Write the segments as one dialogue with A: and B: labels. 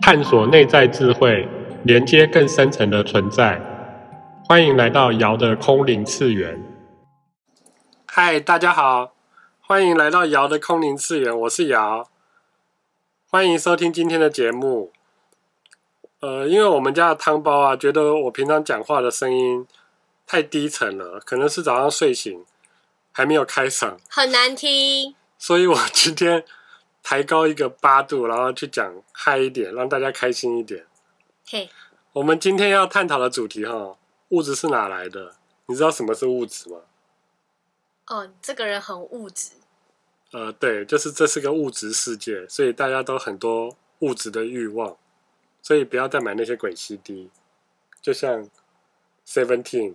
A: 探索内在智慧，连接更深层的存在。欢迎来到瑶的空灵次元。嗨，大家好，欢迎来到瑶的空灵次元，我是瑶。欢迎收听今天的节目。呃，因为我们家的汤包啊，觉得我平常讲话的声音太低沉了，可能是早上睡醒还没有开嗓，
B: 很难听。
A: 所以我今天抬高一个八度，然后去讲嗨一点，让大家开心一点。
B: 嘿，
A: 我们今天要探讨的主题哈，物质是哪来的？你知道什么是物质吗？
B: 哦，这个人很物质。
A: 呃，对，就是这是个物质世界，所以大家都很多物质的欲望，所以不要再买那些鬼 CD，就像 Seventeen。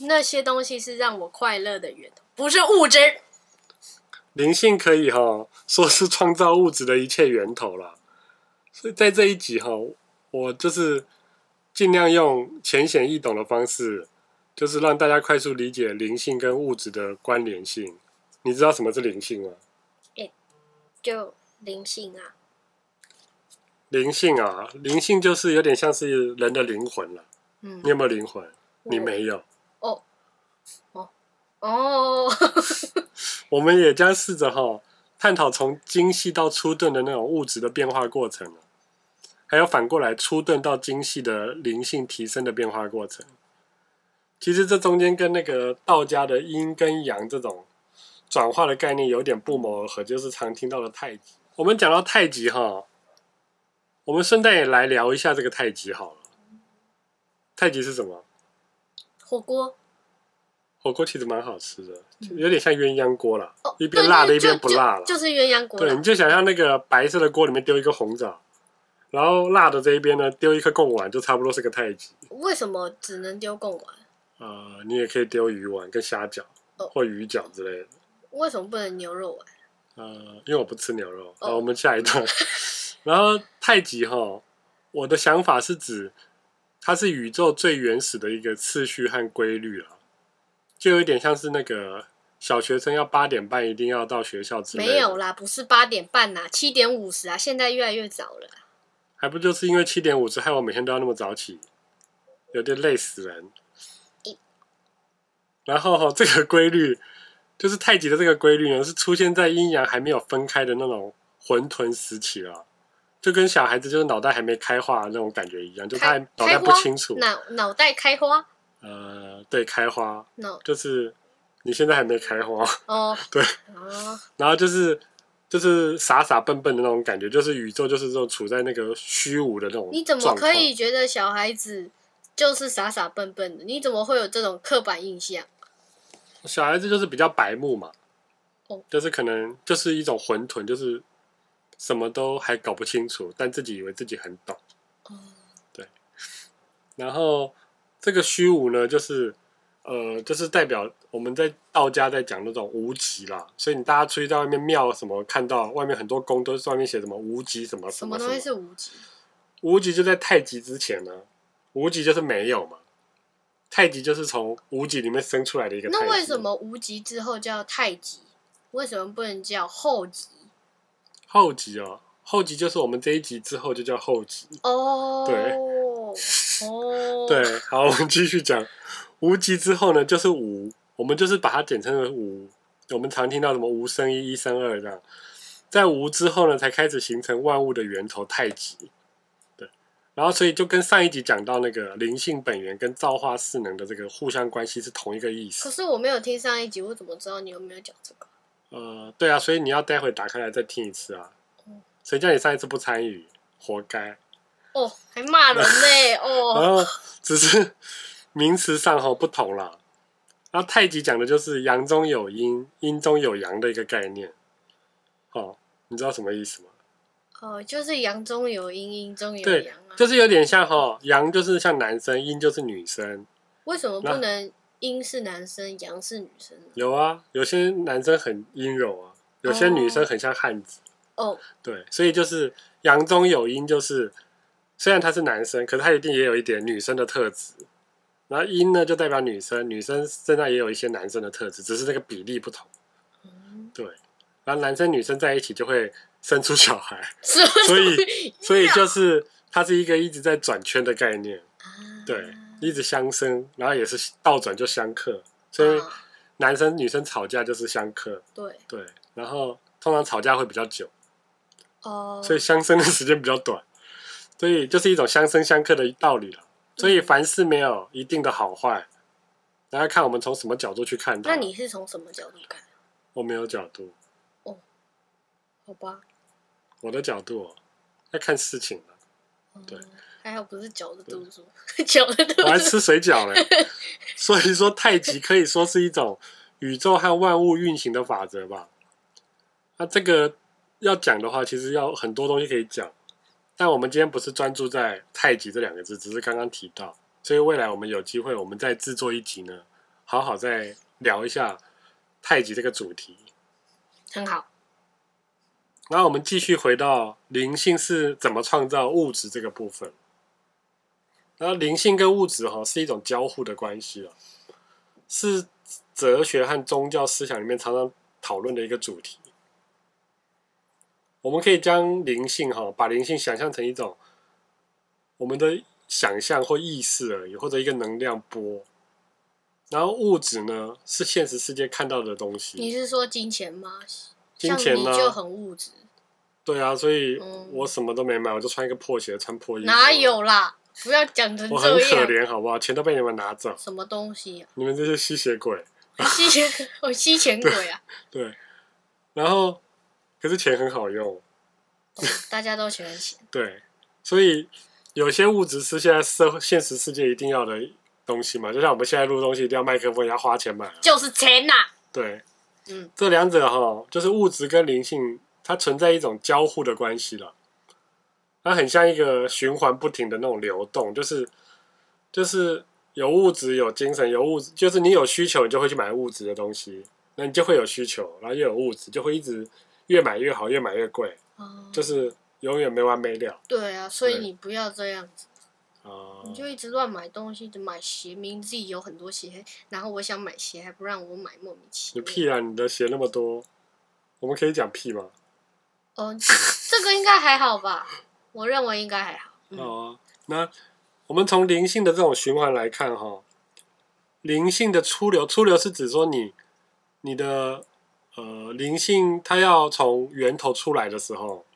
B: 那些东西是让我快乐的源头，不是物质。
A: 灵性可以哈说是创造物质的一切源头啦。 所以在这一集哈，我就是尽量用浅显易懂的方式，就是让大家快速理解灵性跟物质的关联性。你知道什么是灵性吗？
B: 就灵性啊，
A: 灵性啊，灵性就是有点像是人的灵魂了。
B: 嗯
A: 你，有没有灵魂？
B: 我
A: 你没有。
B: 哦，哦，哦，
A: 我们也将试着哈探讨从精细到粗钝的那种物质的变化过程，还有反过来粗钝到精细的灵性提升的变化过程。其实这中间跟那个道家的阴跟阳这种转化的概念有点不谋而合，就是常听到的太极。我们讲到太极哈，我们顺带也来聊一下这个太极好了。太极是什么？
B: 火锅
A: 火锅其实蛮好吃的，有点像鸳鸯锅啦，
B: 哦，
A: 一边辣的
B: 对
A: 一边不辣了。
B: 就就就是鸳鸯锅
A: 对，
B: 啦
A: 你就想象那个白色的锅里面丢一个红枣，然后辣的这一边呢丢一颗贡丸，就差不多是个太极。
B: 为什么只能丢贡丸？
A: 呃，你也可以丢鱼丸跟虾饺
B: 哦
A: 或鱼饺之类的。
B: 为什么不能牛肉丸？
A: 呃，因为我不吃牛肉。
B: 哦
A: 好，我们下一 段。然后太极哈，我的想法是指它是宇宙最原始的一个次序和规律了，就有点像是那个小学生要八点半一定要到学校之类的。
B: 没有啦，不是八点半啦，七点五十啊，现在越来越早了啦。
A: 还不就是因为七点五十害我每天都要那么早起，有点累死人
B: 一。
A: 然后哈，这个规律就是太极的这个规律呢，是出现在阴阳还没有分开的那种混沌时期了，就跟小孩子就是脑袋还没开化那种感觉一样，就他还
B: 开
A: 脑袋
B: 开
A: 不
B: 花
A: 清楚。
B: 脑脑袋开花，
A: 呃，对，开花
B: 脑
A: 就是你现在还没开花，
B: 哦，
A: 对
B: 哦，
A: 然后就是就是傻傻笨笨的那种感觉，就是宇宙就是这种处在那个虚无的那种。
B: 你怎么可？以觉得小孩子就是傻傻笨笨的？你怎么会有这种刻板印象？
A: 小孩子就是比较白目嘛，
B: 哦
A: 就是可能就是一种混沌，就是什么都还搞不清楚，但自己以为自己很懂。
B: 哦
A: 对。然后这个虚无呢，就是呃，就是代表我们在道家在讲那种无极啦，所以你大家出去在外面庙什么，看到外面很多宫都是外面写什么无极什么
B: 什
A: 哦什
B: 么
A: 么
B: 东西
A: 什么，
B: 是无极？
A: 无极就在太极之前呢，无极就是没有嘛。太极就是从无极里面生出来的一个太极。
B: 那为什么无极之后叫太极？为什么不能叫后极？
A: 后集哦，后集就是我们这一集之后就叫后集。
B: 哦，
A: 对，
B: 哦，
A: 对，好，我们继续讲无极之后呢，就是无，我们就是把它简称为无。我们常听到什么无生一，一生二这样，在无之后呢，才开始形成万物的源头太极。对，然后所以就跟上一集讲到那个灵性本源跟造化势能的这个互相关系是同一个意
B: 可
A: 思。
B: 是我没有听上一集，我怎么知道你有没有讲这个？
A: 呃，对啊，所以你要待会打开来再听一次啊。谁叫你上一次不参与，活该。
B: 哦，还骂人呢、 哦，
A: 然后只是 名词上吼不同啦。然后太极讲的就是阳中有阴，阴中有阳的一个概念。哦，你知道什么意思吗？
B: 哦，就是阳中有阴，阴中有
A: 对
B: 阳啊。
A: 就是有点像哈，阳就是像男生，阴就是女生。
B: 为什么
A: 那
B: 不能阴是男生，阳是女生呢？
A: 有啊，有些男生很阴柔啊，有些
B: 哦
A: 女生很像汉子。
B: 哦，
A: 对，所以就是阳中有阴，就是虽然他是男生，可是他一定也有一点女生的特质。然后阴呢，就代表女生，女生身上也有一些男生的特质，只是那个比例不同。
B: 嗯
A: 对，然后男生女生在一起就会生出小 孩，
B: 是不是
A: 所 以所以就是它是一个一直在转圈的概念，
B: 啊
A: 对，
B: 嗯
A: 一直相生，然后也是倒转就相克，所以
B: 啊
A: 男生女生吵架就是相克，
B: 对
A: 对，然后通常吵架会比较久，
B: 哦，
A: 所以相生的时间比较短，所以就是一种相生相克的道理了。所
B: 嗯
A: 以凡事没有一定的好坏，大家看我们从什么角度去看它。
B: 那你是从什么角度看？
A: 我没有角度，
B: 好吧，
A: 我的角度、哦、要看事情了。
B: 嗯
A: 对，
B: 还好不是脚的肚子， 脚的肚
A: 我还
B: 子
A: 吃水饺嘞。所以说，太极可以说是一种宇宙和万物运行的法则吧。那这个要讲的话，其实要很多东西可以讲，但我们今天不是专注在太极这两个字，只是刚刚提到。所以未来我们有机会，我们再制作一集呢，好好再聊一下太极这个主题。
B: 很
A: 嗯
B: 好。
A: 然后我们继续回到灵性是怎么创造物质这个部分。然后灵性跟物质哈、是一种交互的关系啊，是哲学和宗教思想里面常常讨论的一个主题。我们可以将灵性哈、把灵性想象成一种我们的想象或意识而已，或者一个能量波。然后物质呢，是现实世界看到的东西。
B: 你是说金钱吗？
A: 金钱
B: 像
A: 呢
B: 你就很物质，
A: 对啊，所以
B: 嗯
A: 我什么都没买，我就穿一个破鞋，穿破衣服。啊
B: 哪？有啦？不要讲成
A: 我很
B: 这
A: 可
B: 样，
A: 怜，好不好？钱都被你们拿走，
B: 什么东西啊？
A: 你们这些吸血鬼。
B: 吸钱， 我吸钱鬼啊！
A: 对，然后可是钱很好用，
B: 大家都喜欢钱，
A: 对，所以有些物质是现在社会现实世界一定要的东西嘛，就像我们现在录东西一定要麦克风，也要花钱买啊。
B: 就是钱呐、
A: 对，
B: 嗯，
A: 这两者哈，就是物质跟灵性，它存在一种交互的关系了。它很像一个循环不停的那种流动，就是就是有物质有精神，有物质就是你有需求，你就会去买物质的东西，那你就会有需求，然后又有物质，就会一直越买越好，越买越贵，
B: 哦
A: 就是永远没完没了
B: 对啊，所以
A: 对
B: 你不要这样子，
A: 啊。
B: 你就一直乱买东西，买鞋，明知自己有很多鞋，然后我想买鞋还不让我买，莫名其
A: 你
B: 妙。
A: 屁啊！你的鞋那么多，我们可以讲屁吗？
B: 哦，这个应该还好吧？我认为应该还好。嗯
A: 哦，那我们从灵性的这种循环来看哈、灵性的出流，出流是指说你你的呃灵性它要从源头出来的时候，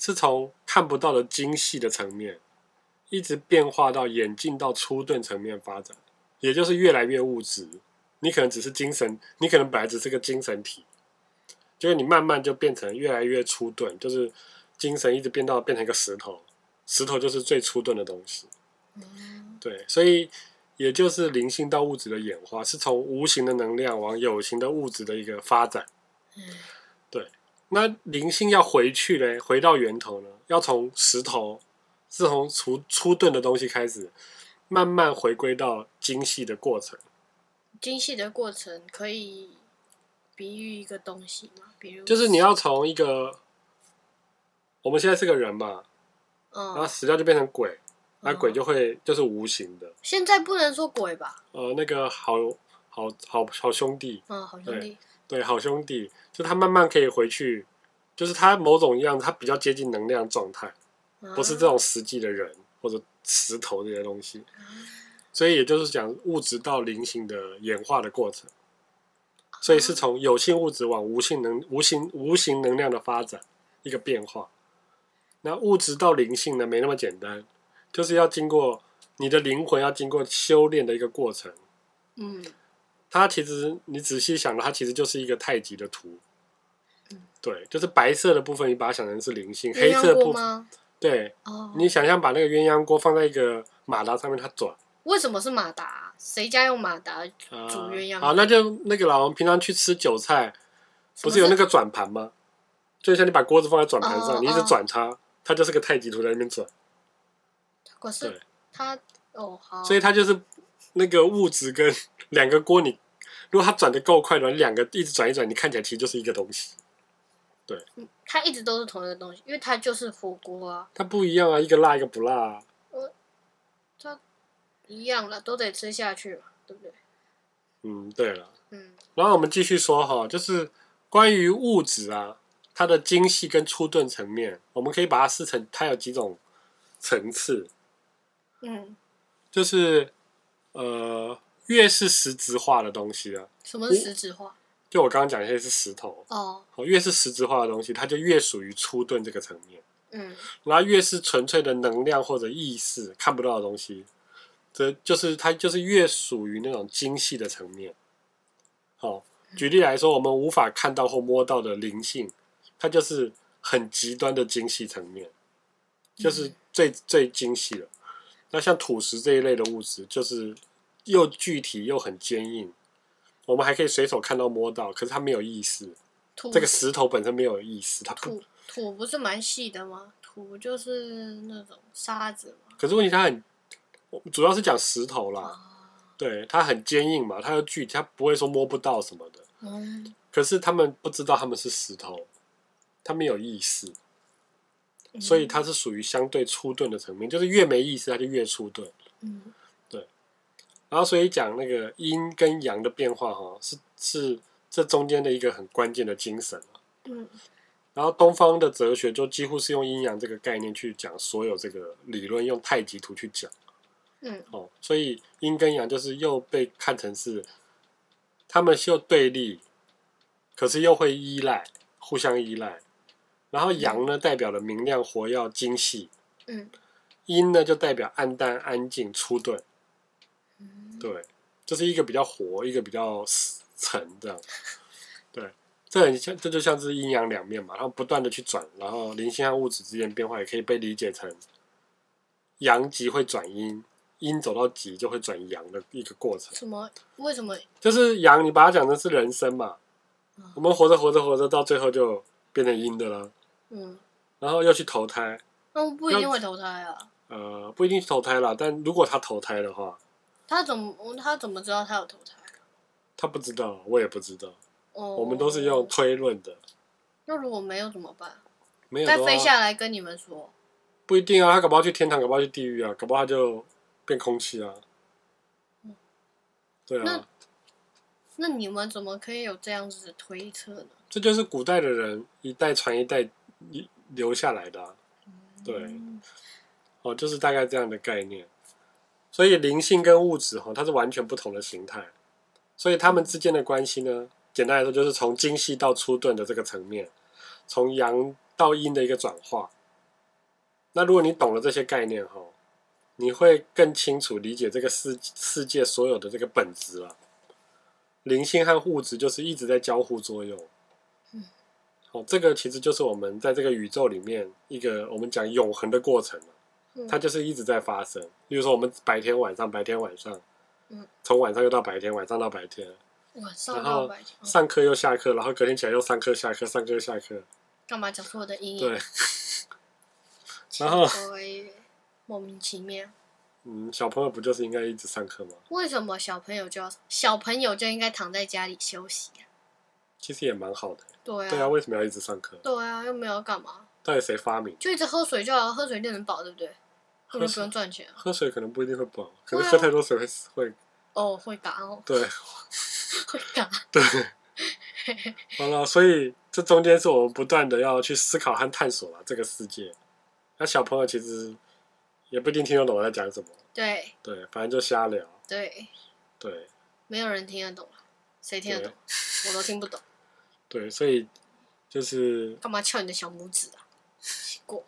A: 是从看不到的精细的层面，一直变化到眼镜到初钝层面发展，也就是越来越物质。你可能只是精神，你可能本来只是个精神体，就是你慢慢就变成越来越粗钝，就是精神一直变到变成一个石头，石头就是最粗钝的东西。
B: 嗯
A: 对，所以也就是灵性到物质的演化，是从无形的能量往有形的物质的一个发展。
B: 嗯
A: 那灵性要回去嘞，回到源头呢，要从石头，是从粗粗钝的东西开始，慢慢回归到精细的过程。
B: 精细的过程可以比喻一个东西吗？比如
A: 就是你要从一个，我们现在是个人嘛，然后
B: 嗯，
A: 死掉就变成鬼，那
B: 嗯
A: 鬼就会就是无形的。
B: 现在不能说鬼吧？
A: 呃，那个好好好好兄弟，
B: 嗯，好兄弟，
A: 对，好兄弟，就他慢慢可以回去，就是他某种样子，他比较接近能量状态，不是这
B: 啊
A: 种实际的人或者石头这些东西。所以也就是讲物质到灵性的演化的过程，所以是从有性物质往无性能无形无形能量的发展一个变化。那物质到灵性呢，没那么简单，就是要经过你的灵魂要经过修炼的一个过程。
B: 嗯，
A: 它其实你仔细想了，它其实就是一个太极的图
B: 嗯。
A: 对，就是白色的部分，你把它想成是灵性；黑色
B: 鸳鸯
A: 的部
B: 锅
A: 分，
B: 吗？
A: 对
B: 哦，
A: 你想象把那个鸳鸯锅放在一个马达上面，它转。
B: 为什么是马达啊？谁家用马达
A: 啊
B: 煮鸳鸯锅？
A: 好，那就那个老王平常去吃韭菜，
B: 什
A: 不
B: 么
A: 是有那个转盘吗？就像你把锅子放在转盘
B: 哦
A: 上，你一直
B: 哦
A: 转它，它就是个太极图在那边转。
B: 可
A: 对
B: 是他哦好，
A: 所以它就是那个物质跟 两个锅你，如果它转的够快的话，你两个一直转一转，你看起来其实就是一个东西。
B: 它一直都是同一个东西，因为它就是火锅啊，
A: 它不一样啊，一个辣一个不辣、啊。
B: 它一样了，都得吃下去嘛，对不对？
A: 嗯，对了，
B: 嗯
A: 然后我们继续说哈，就是关于物质啊，它的精细跟粗钝层面，我们可以把它撕成它有几种层次，
B: 嗯，
A: 就是呃，越是实质化的东西啊，
B: 什么是实质化？
A: 就我刚刚讲一些是石头，
B: 哦，
A: 哦，越是实质化的东西，它就越属于粗钝这个层面。
B: 嗯
A: 然后越是纯粹的能量或者意识看不到的东西，这就是它就是越属于那种精细的层面。好、举例来说，我们无法看到或摸到的灵性，它就是很极端的精细层面，就是最最精细的。那像土石这一类的物质，就是又具体又很坚硬，我们还可以随手看到摸到，可是它没有意识。
B: 土
A: 这个石头本身没有意识，它不
B: 土土不是蛮细的吗？土就是那种沙子嘛。
A: 可是问题它很，我主要是讲石头啦，
B: 啊，
A: 对，它很坚硬嘛，它要具体，它不会说摸不到什么的。
B: 嗯，
A: 可是他们不知道他们是石头，他们有意识，
B: 嗯
A: 所以它是属于相对粗钝的层面，就是越没意识，它就越粗钝。
B: 嗯
A: 然后所以讲那个阴跟阳的变化哈，是是这中间的一个很关键的精神啊
B: 嗯
A: 然后东方的哲学就几乎是用阴阳这个概念去讲所有这个理论，用太极图去讲。
B: 嗯
A: 哦，所以阴跟阳就是又被看成是他们又对立，可是又会依赖，互相依赖。然后阳呢，代表了明亮、活耀、精细；
B: 嗯
A: 阴呢，就代表暗淡、安静、粗钝。
B: 嗯，
A: 对，就是一个比较活，一个比较死沉这样。对，这很像，这就像是阴阳两面嘛，然后不断的去转，然后零星和物质之间变化也可以被理解成阳极会转阴，阴走到极就会转阳的一个过程。
B: 什么？为什么？
A: 就是阳，你把它讲成是人生嘛
B: 嗯，
A: 我们活着活着活着，到最后就变成阴的了，
B: 嗯，
A: 然后又去投胎。
B: 那不一定会投胎啊。
A: 呃，不一定去投胎啦，但如果他投胎的话，
B: 他怎么他怎么知道他有投胎？
A: 他不知道，啊我也不知道，
B: 哦，
A: 我们都是用。推论的，
B: 那如果没有怎么办？
A: 没有
B: 再
A: 的话
B: 飞下来跟你们说。
A: 不一定啊，他搞不好去天堂，搞不好去地狱啊，搞不好他就变空气啊。对啊
B: 嗯那，那你们怎么可以有这样子的推测呢？
A: 这就是古代的人一代传一代一留下来的、啊，对
B: 嗯
A: 哦，就是大概这样的概念。所以灵性跟物质哈、哦它是完全不同的形态，所以它们之间的关系呢，简单来说就是从精细到粗钝的这个层面，从阳到阴的一个转化。那如果你懂了这些概念哈、你会更清楚理解这个世世界所有的这个本质了、灵性和物质就是一直在交互作用。
B: 嗯，
A: 哦，这个其实就是我们在这个宇宙里面一个我们讲永恒的过程、啊
B: 嗯
A: 它就是一直在发生。例如说，我们白天晚上，白天晚上，
B: 嗯，
A: 从晚上又到白天，晚上到白天，
B: 晚上
A: 然
B: 到
A: 后
B: 白天哦
A: 上课又下课，然后隔天起来又上课下课，上课下课，
B: 干嘛讲出我的阴影？
A: 对。然后，
B: 奇怪莫名其妙，
A: 嗯，小朋友不就是应该一直上课吗？
B: 为什么小朋友就要小朋友就应该躺在家里休息啊？
A: 其实也蛮好的。
B: 对
A: 对啊，
B: 啊，
A: 为什么要一直上课？
B: 对啊，又没有干嘛，
A: 到底谁发明？
B: 就一直喝水就好，喝水就能饱，对不对？根本
A: 喝
B: 不用赚钱啊。
A: 喝水可能不一定会饱，可
B: 对啊
A: 能喝太多水会会
B: 哦，会嘎哦，
A: 对
B: 会嘎。
A: 对。好了，所以这中间是我们不断的要去思考和探索了这个世界。那小朋友其实也不一定听得懂我在讲什么。
B: 对
A: 对，反正就瞎聊。
B: 对，
A: 对
B: 没有人听得懂啊，谁听得懂？我都听不懂，
A: 对，所以就是
B: 干嘛翘你的小拇指啊？奇怪，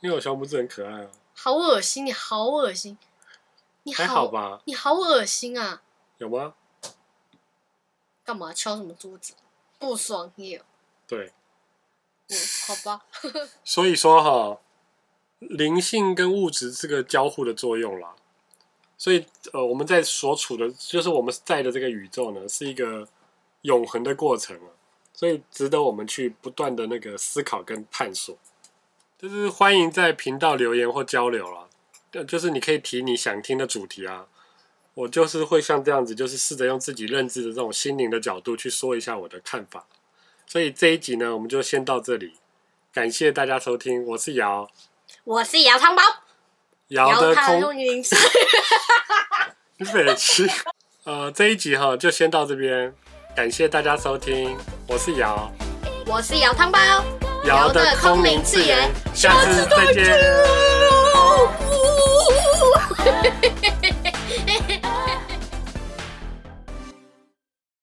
A: 因为我小拇指很可爱啊，
B: 好恶心，你好恶心，你
A: 还好？吧？
B: 你好恶心啊！
A: 有吗？
B: 干嘛敲什么桌子？不爽也有，
A: 对，
B: 嗯，好吧，
A: 所以说哈，灵性跟物质这个交互的作用啦。所以呃，我们在所处的，就是我们在的这个宇宙呢，是一个永恒的过程啊，所以值得我们去不断的那个思考跟探索。就是欢迎在频道留言或交流啦，呃就是你可以提你想听的主题啊。我就是会像这样子，就是试着用自己认知的这种心灵的角度去说一下我的看法。所以这一集呢，我们就先到这里。感谢大家收听，我是姚
B: 我是姚汤包，
A: 姚的
B: 汤
A: 空
B: 用云 是，
A: 北区。呃，这一集哈就先到这边，感谢大家收听，我是姚，
C: 我是姚汤包，
B: 瑶的空灵次元，下次再见。